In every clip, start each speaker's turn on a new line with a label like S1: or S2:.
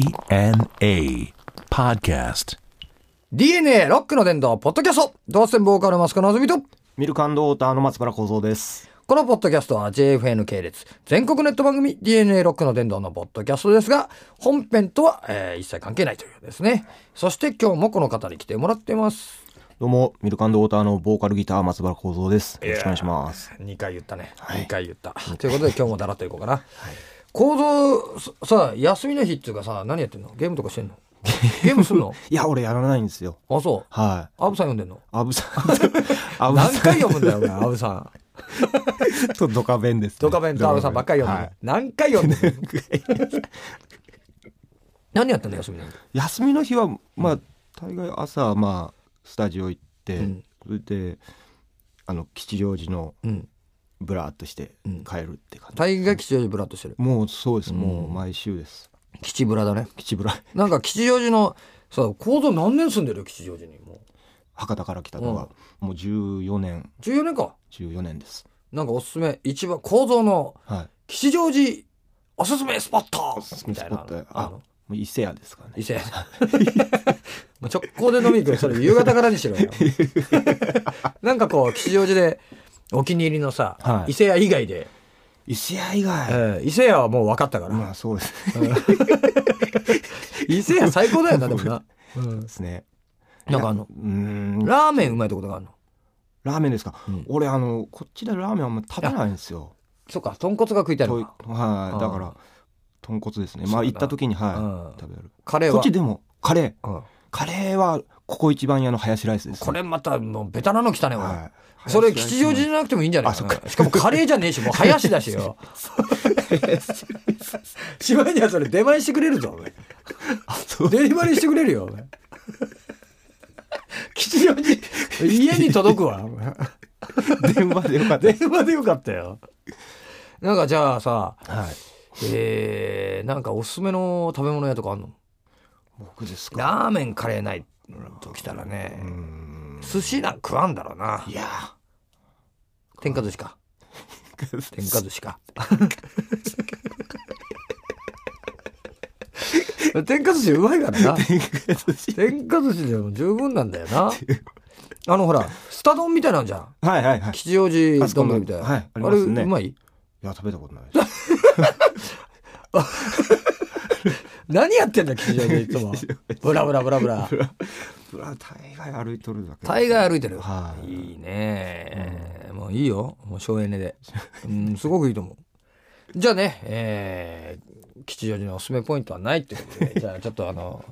S1: DNA Podcast.
S2: DNA ロックの伝道ポッドキャストドアステンボーカルマスカのあずみと
S3: ミルクウォーターの松原幸三です。
S2: このポッドキャストは JFN 系列全国ネット番組 DNA ロックの伝道のポッドキャストですが本編とは、えー一切関係ないというですねそして今日もこの方に来てもらってます
S3: どうも、ミルクウォーターのボーカルギター松原幸三です。よろしくお願いします。
S2: 2回言ったね、
S3: はい
S2: 2回言ったということで今日もだらっといこうかな、構造ささ休みの日っていうかさ何やってんのゲームとかしてんのゲームすん の
S3: いや、俺やらないんですよ。
S2: あそう
S3: は
S2: アブさん読んでんの
S3: い。あぶさん、 あぶ
S2: 何
S3: さ
S2: 回読む んだよお前アブさん
S3: んとドカベンです、ね。
S2: ドカベンとアブさんばっかり読む、
S3: はい
S2: 何回読んでんの 何やってんの休みの日
S3: 休みの日は、まあ、大概朝、まあ、スタジオ行って、
S2: うん
S3: それで、あの、吉祥寺の
S2: うん
S3: ブラーっとして
S2: うん
S3: 帰るって感じ。
S2: 大概吉祥寺ブラッとしてる
S3: もうそうです。もう
S2: うん
S3: 毎週です。
S2: 吉ブラだね
S3: 吉ブラ、
S2: なんか吉祥寺のさ構造何年住んでるよ吉祥寺にも
S3: 博多から来たのが、もう14年、
S2: う14年か
S3: 14年です。
S2: なんかおすすめ一番構造の
S3: はい。
S2: 吉祥寺おすすめスポット
S3: すすめ
S2: みたいな
S3: スポット
S2: あ
S3: あ
S2: の
S3: もう伊勢屋ですからね。
S2: 伊勢 もう直行で飲み行くよそれ夕方からにしろよ なんかこう吉祥寺でお気に入りのさ、
S3: はい
S2: 伊勢屋以外で
S3: 伊勢屋以外、
S2: ええ伊勢屋はもう分かったから、
S3: まあそうですね。
S2: 伊勢屋最高だよなでもな、
S3: ですね。
S2: なんかあの
S3: うーん。ラ
S2: ラーメンうまいとことがあるの
S3: ーメンですか、
S2: うん
S3: 俺あのこっちでラーメンあんま食べないんですよ。
S2: そっか豚骨が食いたい
S3: と
S2: の
S3: い
S2: か
S3: は
S2: あー
S3: い。だから豚骨ですね。
S2: そう
S3: ま
S2: だ
S3: あ
S2: な
S3: 行った時には
S2: うん
S3: い、食べる。
S2: カレー
S3: こっ
S2: は
S3: ちでもカレー
S2: うん
S3: カレーはここ一番屋のハヤシライスです、
S2: これまたもうベタなの来たね、俺
S3: はい。
S2: それ吉祥寺じゃ
S3: の
S2: なくてもいいんじゃない
S3: あそっか
S2: しかもカレーじゃねえし、もう林だし よ。しまいにはそれ出前してくれるぞ、お前
S3: あそう
S2: デリバリーしてくれるよ、 お前吉祥寺、家に届くわ。お前
S3: 電話でよかったで
S2: 電話でよかったよ。なんかじゃあさ、
S3: す。はい。
S2: えー、なんかおすすめの食べ物屋とかあんの
S3: 僕ですか。
S2: ラーメン、カレーないときたらね
S3: うー、ん。
S2: 寿司なんか食わんだろうな。
S3: いや
S2: 天下寿司か。
S3: ー。
S2: 天下寿司か。 天下寿司うまいからな。
S3: 天下寿司。
S2: 天下寿司でも十分なんだよな。あのほら、スタ丼みたいなんじゃん。
S3: はいはいはい。
S2: 吉祥寺丼みたいな。
S3: あそこのはいあり
S2: あ
S3: ま
S2: れ、
S3: すね
S2: うまい
S3: いや食べた ことないです。
S2: 何やってんだ、吉祥寺いつ も。ブラブラブラブラ。
S3: うわ大概歩いとるだけ。
S2: 大概歩いてる。
S3: はい
S2: いいね。もういいよ。もう省エネで。うん、すごくいいと思う。じゃあね、えー、吉祥寺のおすすめポイントはないってこと で、じゃあちょっとあの、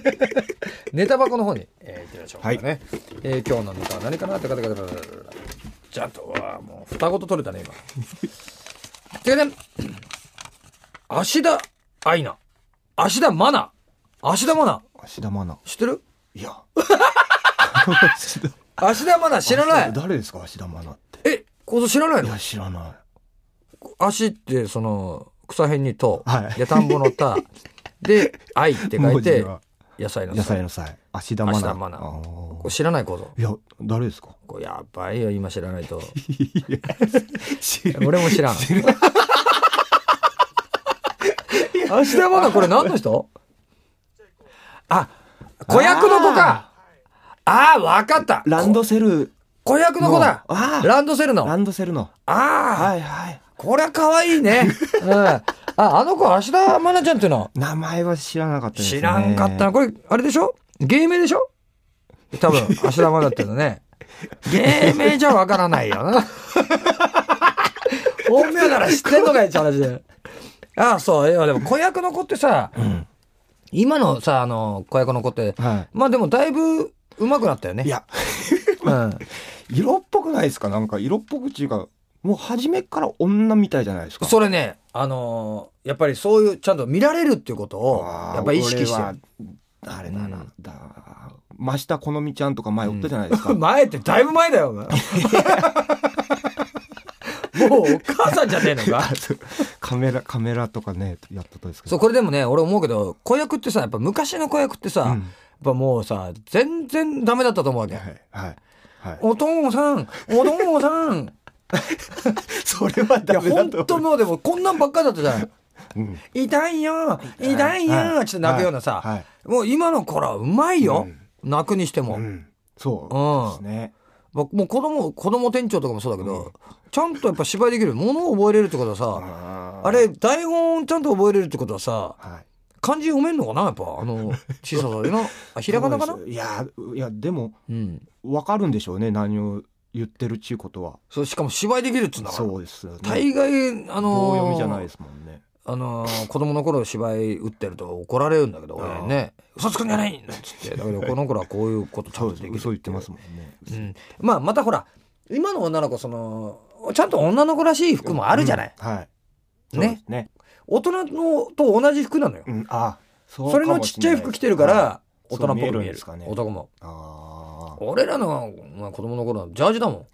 S2: ネタ箱の方に、えー、行ってみましょうかね。えー今日のネタは何かなってかてかてかてかてかてちゃんと、わあもう、双言取れたね、 今。てかね、芦田愛菜、芦田愛菜、芦田愛菜、
S3: 芦田愛菜。
S2: 知ってる
S3: い や。
S2: 芦田愛菜知らない
S3: 誰ですか芦田愛菜って。
S2: え、こそ知らない
S3: い
S2: の
S3: や、知らない。
S2: 足ってその草辺にと、
S3: はい
S2: で田んぼの田 で愛って書い
S3: 文字
S2: て
S3: は
S2: 野菜の
S3: 野
S2: 菜
S3: 菜の菜。芦田愛菜。
S2: 芦田愛菜
S3: あ
S2: これ
S3: ー
S2: 知らないこと
S3: いや、誰ですか
S2: これやばいよ今知らないと
S3: 知
S2: 俺も知らん芦田愛菜これ何の人あ子役の子かああ分かった
S3: ランドセル
S2: 子役の
S3: の。
S2: 子だ
S3: あー
S2: ランドセルの
S3: ラ
S2: あ
S3: ンドセルの。
S2: あー、
S3: はいはい。
S2: これは可愛い ね、うん、ああの子芦田愛菜ちゃんっていうの
S3: 名前は知らなかったですね。
S2: 知らんかったな。これ、あれでしょ芸名でしょ多 分、芦田愛菜ってのね。芸名じゃわからないよ な。本名なら知ってんのかいって話で。ああ、そう。いや、でも子役の子ってさ、
S3: ん
S2: 今のさ、あの、子役の子って、
S3: は
S2: まあでもだいぶ上手くなったよね。
S3: い。いや、
S2: うん。
S3: 色っぽくないですかなんか色っぽくっていうか、もう初めから女みたいじゃないですか。
S2: それね、あのーやっぱりそういう、ちゃんと見られるっていうことを、
S3: あー
S2: やっぱ意識し
S3: 俺
S2: て
S3: はあれだ
S2: う、
S3: なんだ、真下好みちゃん とか前おったじゃないですか。
S2: る。前ってだいぶ前だよ、お前 もうお母さんじゃねえのか
S3: カメラ、カメラとかね、やったとです け
S2: そう、
S3: ど。
S2: これでもね、俺思うけど、子役ってさ、やっぱ昔の子役ってさ、
S3: う
S2: やっ
S3: ん
S2: ぱもうさ、全然ダメだったと思うわけ。
S3: はい、はい、はい。
S2: お父さん、お父 さん。
S3: それはい
S2: や、ほんと
S3: う。
S2: もうでもこんなんばっかりだったじゃん。
S3: うん
S2: 痛いよ痛いよちょっと泣くようなさ、
S3: はいはい
S2: もう今の子らうまいよ、泣くにしても、
S3: うんそうですね
S2: 僕もう子供子供店長とかもそうだけど、ちゃんとやっぱ芝居できるものを覚えれるってことはさ、
S3: あ
S2: あれ台本ちゃんと覚えれるってことはさ
S3: はい
S2: 漢字読めんのかなやっぱあ の小ささでなあひらがなかな
S3: そうですいやいやでも
S2: うん
S3: わかるんでしょうね何を言ってるっちゅうことは
S2: そうしかも芝居できるっつうんだから
S3: そうですよね
S2: 大概あのー
S3: 棒読みじゃないですもんね
S2: あのー子供の頃芝居打ってると怒られるんだけど俺ね嘘つくんじゃないなんつってだけどこの頃はこういうことちゃ
S3: そ
S2: ん
S3: う
S2: と
S3: で
S2: ですき
S3: ね
S2: る
S3: 嘘言ってますもんね
S2: うん、まあまたほら今の女の子そのちゃんと女の子らしい服もあるじゃない、
S3: うんはい
S2: ね
S3: そうですね
S2: 大人のと同じ服なのよ、
S3: うんあそ
S2: それのちっちゃい服着てるから大人っぽく見え
S3: そう
S2: る
S3: 見えるんですかね
S2: 男も
S3: ああ
S2: 俺らの、まあ、子供の頃はジャージだも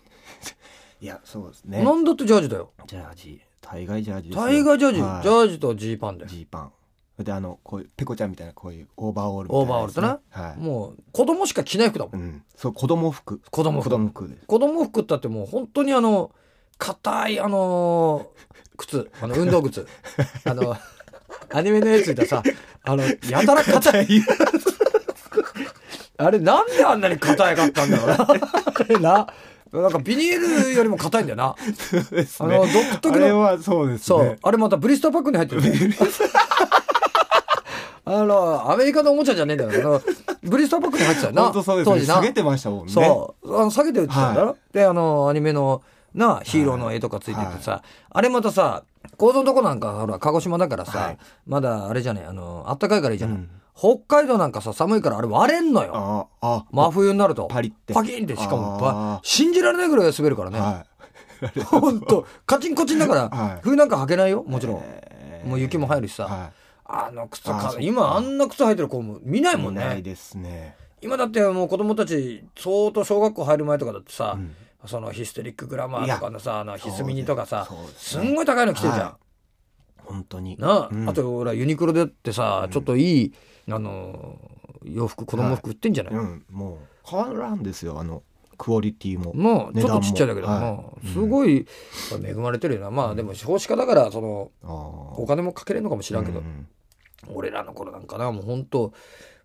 S3: いやそうです
S2: ん、
S3: ね
S2: なんだってジャージだよ
S3: ジャージ大概ジャージですよ
S2: 大概ジャージ、
S3: はい
S2: ジャージとジーパンだよ
S3: ジーパンであのこういうペコちゃんみたいなこういうオーバーオールみたいなやつ
S2: オ
S3: ね
S2: ーバーオール
S3: はい
S2: もう子供しか着ない服だもん、
S3: うんそう子供服
S2: 子供
S3: 子
S2: 服
S3: 供服です
S2: 子供服だってもう本当にあの硬いあのー靴あの運動 靴あのアニメのやついたさあ のやたら硬い
S3: い
S2: あれなんであんなに硬いかったんだろうな。あれ な。なんかビニールよりも硬いんだよな。
S3: です
S2: あ
S3: ね
S2: の、独
S3: あ
S2: 特
S3: れ
S2: の。
S3: はそうです
S2: そう、
S3: ね
S2: あれまたブリストパックに入って るね。あの、アメリカのおもちゃじゃねえんだよ。あのブリストパックに入ってたよな。
S3: 本当そうです
S2: 当
S3: ね下
S2: 時
S3: げ
S2: な。
S3: てましたもんね
S2: そう。あの、下げて売ってたんだろ、
S3: は
S2: で、あの、アニメの、な、ヒーローの絵とかついててさ、あれまたさ、構造のとこなんか、ほら、鹿児島だからさ、
S3: はい
S2: まだあれじゃねえ、あの、あったかいからいいじゃない、
S3: うん
S2: 北海道なんかさ、寒いからあれ割れんのよ。
S3: ああ
S2: 真冬になると。
S3: パリって
S2: パキンって、しかもば
S3: あ、ー
S2: 信じられないぐらい滑るからね。
S3: はい
S2: ほんと、カチンコチンだから、
S3: はい
S2: 冬なんか履けないよ、もちろん。
S3: えー
S2: もう雪も入るしさ。
S3: は
S2: あの靴
S3: あー
S2: か
S3: そっ、か
S2: 今あんな靴履いてる子も見ない
S3: い
S2: もん
S3: ない
S2: ね。
S3: ですね
S2: 今だってもう子供たち、相当小学校入る前とかだってさ、
S3: うん
S2: そのヒステリックグラマーとかのさ、あの、ひすみにとかさ、
S3: そうです
S2: す
S3: ね
S2: んごい高いの着てるじゃん。
S3: は本当に
S2: なあ、
S3: うん
S2: あと俺はユニクロでってさ、ちょっといい、あの、洋服、子供服売ってんじゃない、
S3: うんもう変わらんですよあのクオリティも
S2: もう
S3: 値
S2: ちょっ
S3: 段
S2: と
S3: も
S2: ちっちゃいだけど、
S3: はい
S2: もうすごい恵まれてるよな、まあでも少子化だからその
S3: あー
S2: お金もかけれるのかもしらんけど、
S3: うん
S2: 俺らの頃なんかなもう本当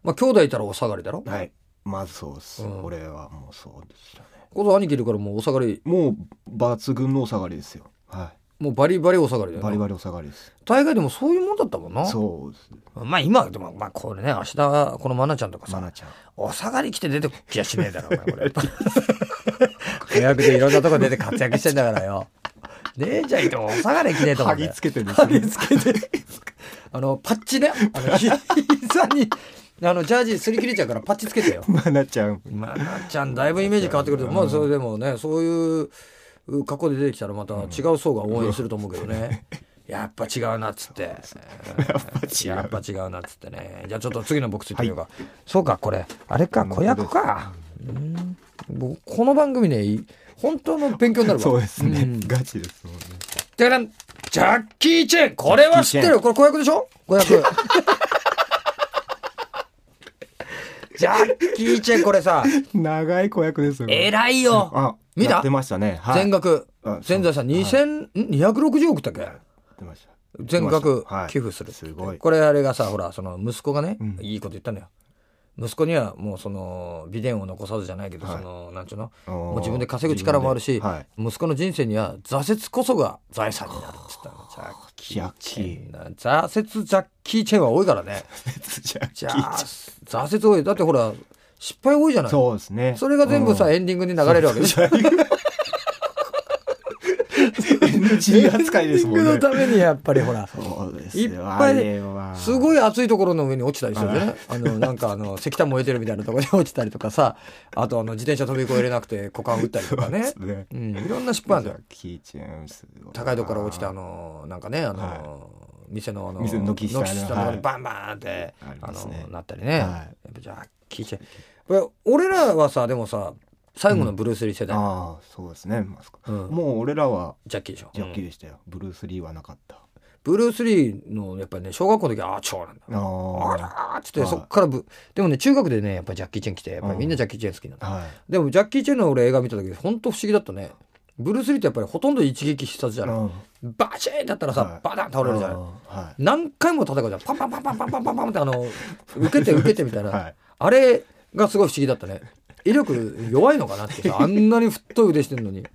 S2: まあ兄弟いたらお下がりだろ、
S3: はいまずそうです
S2: うん
S3: 俺はもうそうでしたね
S2: この兄貴いるからもうお下がり
S3: もう抜群のお下がりですよは
S2: もうバリバリお下がり
S3: い
S2: だよ
S3: バリ
S2: な
S3: バリお下がりです
S2: 大概でもそういうもんだったもんな
S3: そうです
S2: まあ今でもまあこれね明日このマナちゃんとかさ、
S3: マナちゃん
S2: お下がり来て出てきやしねえだろ、お前、こ れ。子役でいろんなとこ出て活躍してんだからよ。姉ちゃんいてもお下がり来ねえと思う
S3: は
S2: んだ
S3: ぎ
S2: よ
S3: つけてるんです
S2: 貼
S3: よ
S2: り
S3: ね
S2: 付けて、あの、パッチね。あの、ひ膝に、あの、ジャージ擦り切れちゃうからパッチつけてよ。
S3: マナちゃん
S2: まあ、なっちゃん、だいぶイメージ変わってくると、まあ、それでもね、そういう格好で出てきたら、また違う層が応援すると思うけど ね。やっぱ違うなっつって。やっぱ違うなっつってね。じゃあちょっと次のボックス行ってみようか。そうか、これ。あれか、子役か。うん僕この番組ね、い本当の勉強になるわ。
S3: そうですね、
S2: ん
S3: ガチですもんね
S2: てらんジャッキー・チェンこれは知ってるよこれ子役でしょ子役 ジャッキー・チェンこれさ
S3: 長い子役ですよね
S2: 偉いよ
S3: あ
S2: 見た
S3: やってましたねはい
S2: 全額
S3: あそう
S2: 全財産2260億だっけ
S3: やってました
S2: 全額
S3: はい
S2: 寄付するって
S3: すごい
S2: これあれがさほらその息子がね
S3: うん
S2: いいこと言ったのよ息子にはもうその美伝を残さずじゃないけど
S3: は
S2: そ
S3: い
S2: のなんちゅうの
S3: あー
S2: もう自分で稼ぐ力もあるし
S3: 自分ではい
S2: 息子の人生には挫折こそが財産になるっつったのジャッキー
S3: ジャッキー
S2: 挫折ジャッキー・チェンは多いからね。
S3: ジャッキ
S2: じゃ
S3: ー
S2: あ、挫折多い。だってほら、失敗多いじゃない。
S3: そうですね
S2: それが全部さ、
S3: うん
S2: エンディングに流れるわけでしょ。
S3: NG 扱いですもん
S2: エンディ
S3: ね
S2: ングのためにやっぱりほら、
S3: そうです
S2: いっ
S3: よ
S2: ぱい
S3: あれは
S2: すごい熱いところの上に落ちたりするじゃないあの、なんかあの、石炭燃えてるみたいなところに落ちたりとかさ、あとあの、自転車飛び越えれなくて股間打ったりとかね
S3: そ。うですね
S2: うん、いろんな失
S3: ジ
S2: 敗あ
S3: ャ
S2: るんだよ
S3: ッ。キーチェンすごい
S2: 高いところから落ちて、あの、なんかね、あの、
S3: はい
S2: 店のあの、
S3: 店の軒下ね
S2: のところ
S3: は
S2: に
S3: い
S2: バンバンって、
S3: あり
S2: あ
S3: ますね
S2: の、なったりね。
S3: はい
S2: やっぱじゃあ、聞いちゃこれ俺らはさ、でもさ、最後のブルース・リー世代、
S3: ああそうですねマスク
S2: うん
S3: もう俺らは
S2: ジャッキーでしょ。
S3: ジャッキー
S2: うん
S3: でしたよブルース・リーはなかった
S2: ブルース・リーの、やっぱりね、小学校の時は、ああ、超なんだ。
S3: あ
S2: あ
S3: あ
S2: らーっつって、
S3: はい
S2: そっからぶ、でもね、中学でね、やっぱジャッキー・チェン来て、やっぱりみんなジャッキー・チェン好きなの。
S3: はい
S2: でも、ジャッキー・チェンの俺映画見た時、ほんと不思議だったね。ブルース・リーってやっぱりほとんど一撃必殺じゃ
S3: う
S2: ない、
S3: ん
S2: バチーンだったらさ、
S3: はい
S2: バタン倒れるじゃない、
S3: は
S2: 何回も叩くじゃんパンパンパンパンパンパンパンパンってあ の受けて受けてみたい
S3: い
S2: な、
S3: はい
S2: あれがすごい不思議だったね威力弱いのかなってさあんなに太い腕してんのに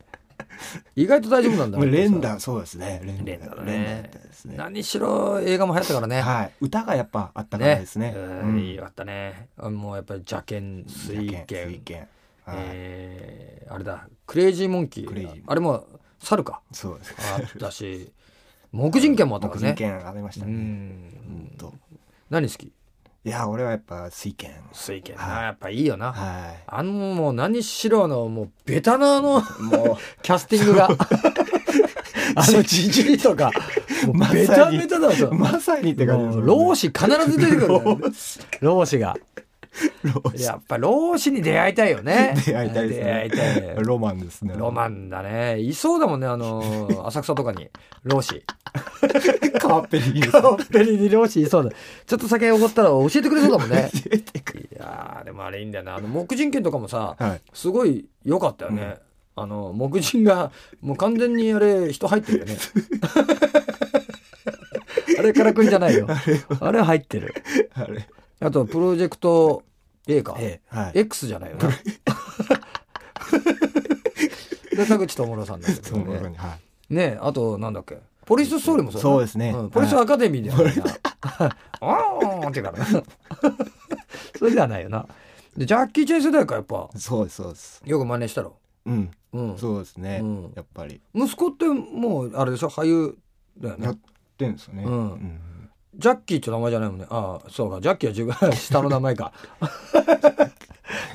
S2: 意外と大丈夫なんだ
S3: まあ
S2: ってさ
S3: 連打そうですね連
S2: 連打だ
S3: 連打だっ
S2: ね
S3: たですね
S2: 何しろ映画も流行ったからね
S3: はい歌がやっぱあったからですね
S2: うんよかったねあもうやっぱり邪剣水
S3: 水
S2: 剣
S3: 水拳はい
S2: えーあれだクレイジーモンキー
S3: クレイジー
S2: あれも猿か
S3: そうです
S2: あったし 木人剣もあったからね
S3: 木人剣ありました
S2: う
S3: ねうんんと
S2: 何好き
S3: いや俺はやっぱ水拳
S2: 水拳
S3: は
S2: ないやっぱいいよな
S3: は
S2: あのもう何しろあのもうベタなあの
S3: いもう
S2: キャスティング があのじじいとかもうベタベタだぞ
S3: まさにって感じです
S2: も
S3: よ
S2: う
S3: ね
S2: 老子必ず出てくるからね 老
S3: 老子
S2: 子が
S3: 老子
S2: やっぱ老子に出会いたいよね
S3: 出会いたいですね
S2: 出会いたい
S3: ロマンですね
S2: ロマンだねいそうだもんねあの ー浅草とかに老子
S3: カーペリー
S2: コンペリに老子いそうだちょっと酒おごったら教えてくれそうだもんねいやーでもあれいいんだよなあの木人剣とかもさ
S3: はい
S2: すごい良かったよね、あの木人がもう完全にあれ人入って るよねあれからくんじゃないよあれ入ってる
S3: あれ
S2: あとプロジェクト A か、
S3: ええはい
S2: X じゃないよ なで田口智郎さんなんだけど
S3: その中
S2: ね
S3: にはい
S2: ねあとなんだっけポリスストーリーもそうだ
S3: そうですね
S2: んポリスアカデミーではないな あーって言うから なそれではないよなでジャッキー・チェン世代かやっぱ
S3: そうですそうです
S2: よく真似したろ
S3: うん
S2: うん
S3: そうですね
S2: うん
S3: やっぱり
S2: 息子ってもうあれでしょ俳優だよ
S3: や
S2: ね
S3: ってんですよね
S2: うん
S3: うん
S2: ジャッキーって名前じゃないもんねああそうかジャッキーは自分下の名前か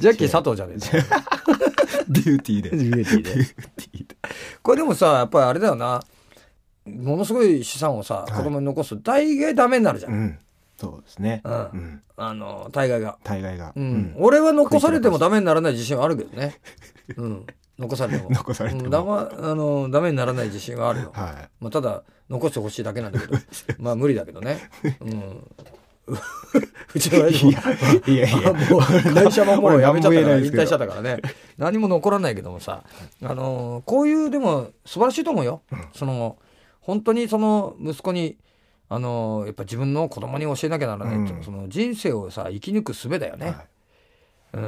S2: ジャッキー佐藤じゃねえ
S3: ビューティーで
S2: ビューティーで
S3: ビューティーで
S2: これでもさやっぱりあれだよなものすごい資産をさ
S3: い
S2: 子供に残すと大概ダメになるじゃん、
S3: うんそうですね
S2: うん
S3: うん
S2: あの大概が、
S3: 大概が
S2: うん
S3: うん
S2: 俺は残されてもダメにならない自信はあるけどね、うん、残されても
S3: 残されて
S2: う
S3: も
S2: んだまあのダメにならない自信はあるよ、
S3: は
S2: まあ、ただ残してほしいだけなんだけ どまあ無理だけどね、うん、 うちの親父も
S3: いいやいやい や
S2: もう会社ももう辞めちゃった
S3: 俺
S2: か
S3: 何も言えな
S2: ら引
S3: いですけど
S2: 退しちゃったからね何も残らないけどもさあのーこういうでも素晴らしいと思うよ、その本当にその息子にあのーやっぱ自分の子供に教えなきゃならないっていう、
S3: うん
S2: その人生をさ生き抜く術だよね、
S3: は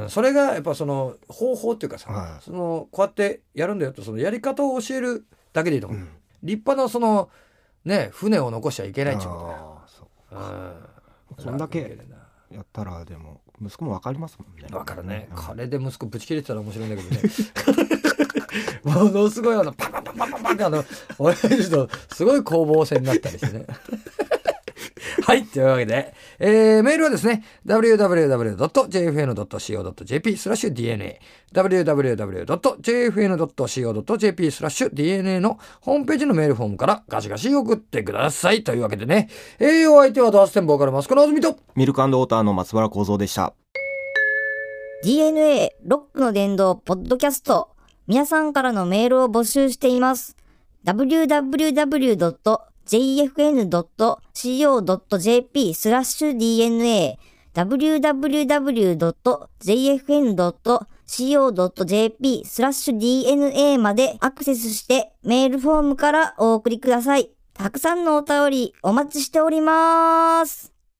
S2: うん、それがやっぱその方法っていうかさ、
S3: はい
S2: そのこうやってやるんだよとそのやり方を教えるだけでいいと
S3: い
S2: 思
S3: う
S2: う、
S3: ん
S2: 立派なそのね船を残しちゃいけないっ
S3: あ
S2: ていうことだよ、
S3: あそう
S2: うん、
S3: こんだけ
S2: 楽な
S3: やったらでも息子もわかりますもんね
S2: わかるね。
S3: うん
S2: これで息子ぶち切れてたら面白いんだけどね。 ものすごいあの、パンパンパンパンパンパンってあの、親父とすごい攻防戦になったりしてね。 はい。というわけで、えー、メールはですね、www.jfn.co.jp スラッシュ DNA、www.jfn.co.jp スラッシュ DNA のホームページのメールフォームからガシガシ送ってください。というわけでね、えー、お相手はダーステンボーカルマスコのあずみと、
S3: ミルクウォーターの松原幸三でした。
S4: DNA ロックの伝道ポッドキャスト皆さんからのメールを募集しています www.jfn.co.jp スラッシュ DNA www.jfn.co.jp スラッシュ DNA までアクセスしてメールフォームからお送りくださいたくさんのお便りお待ちしております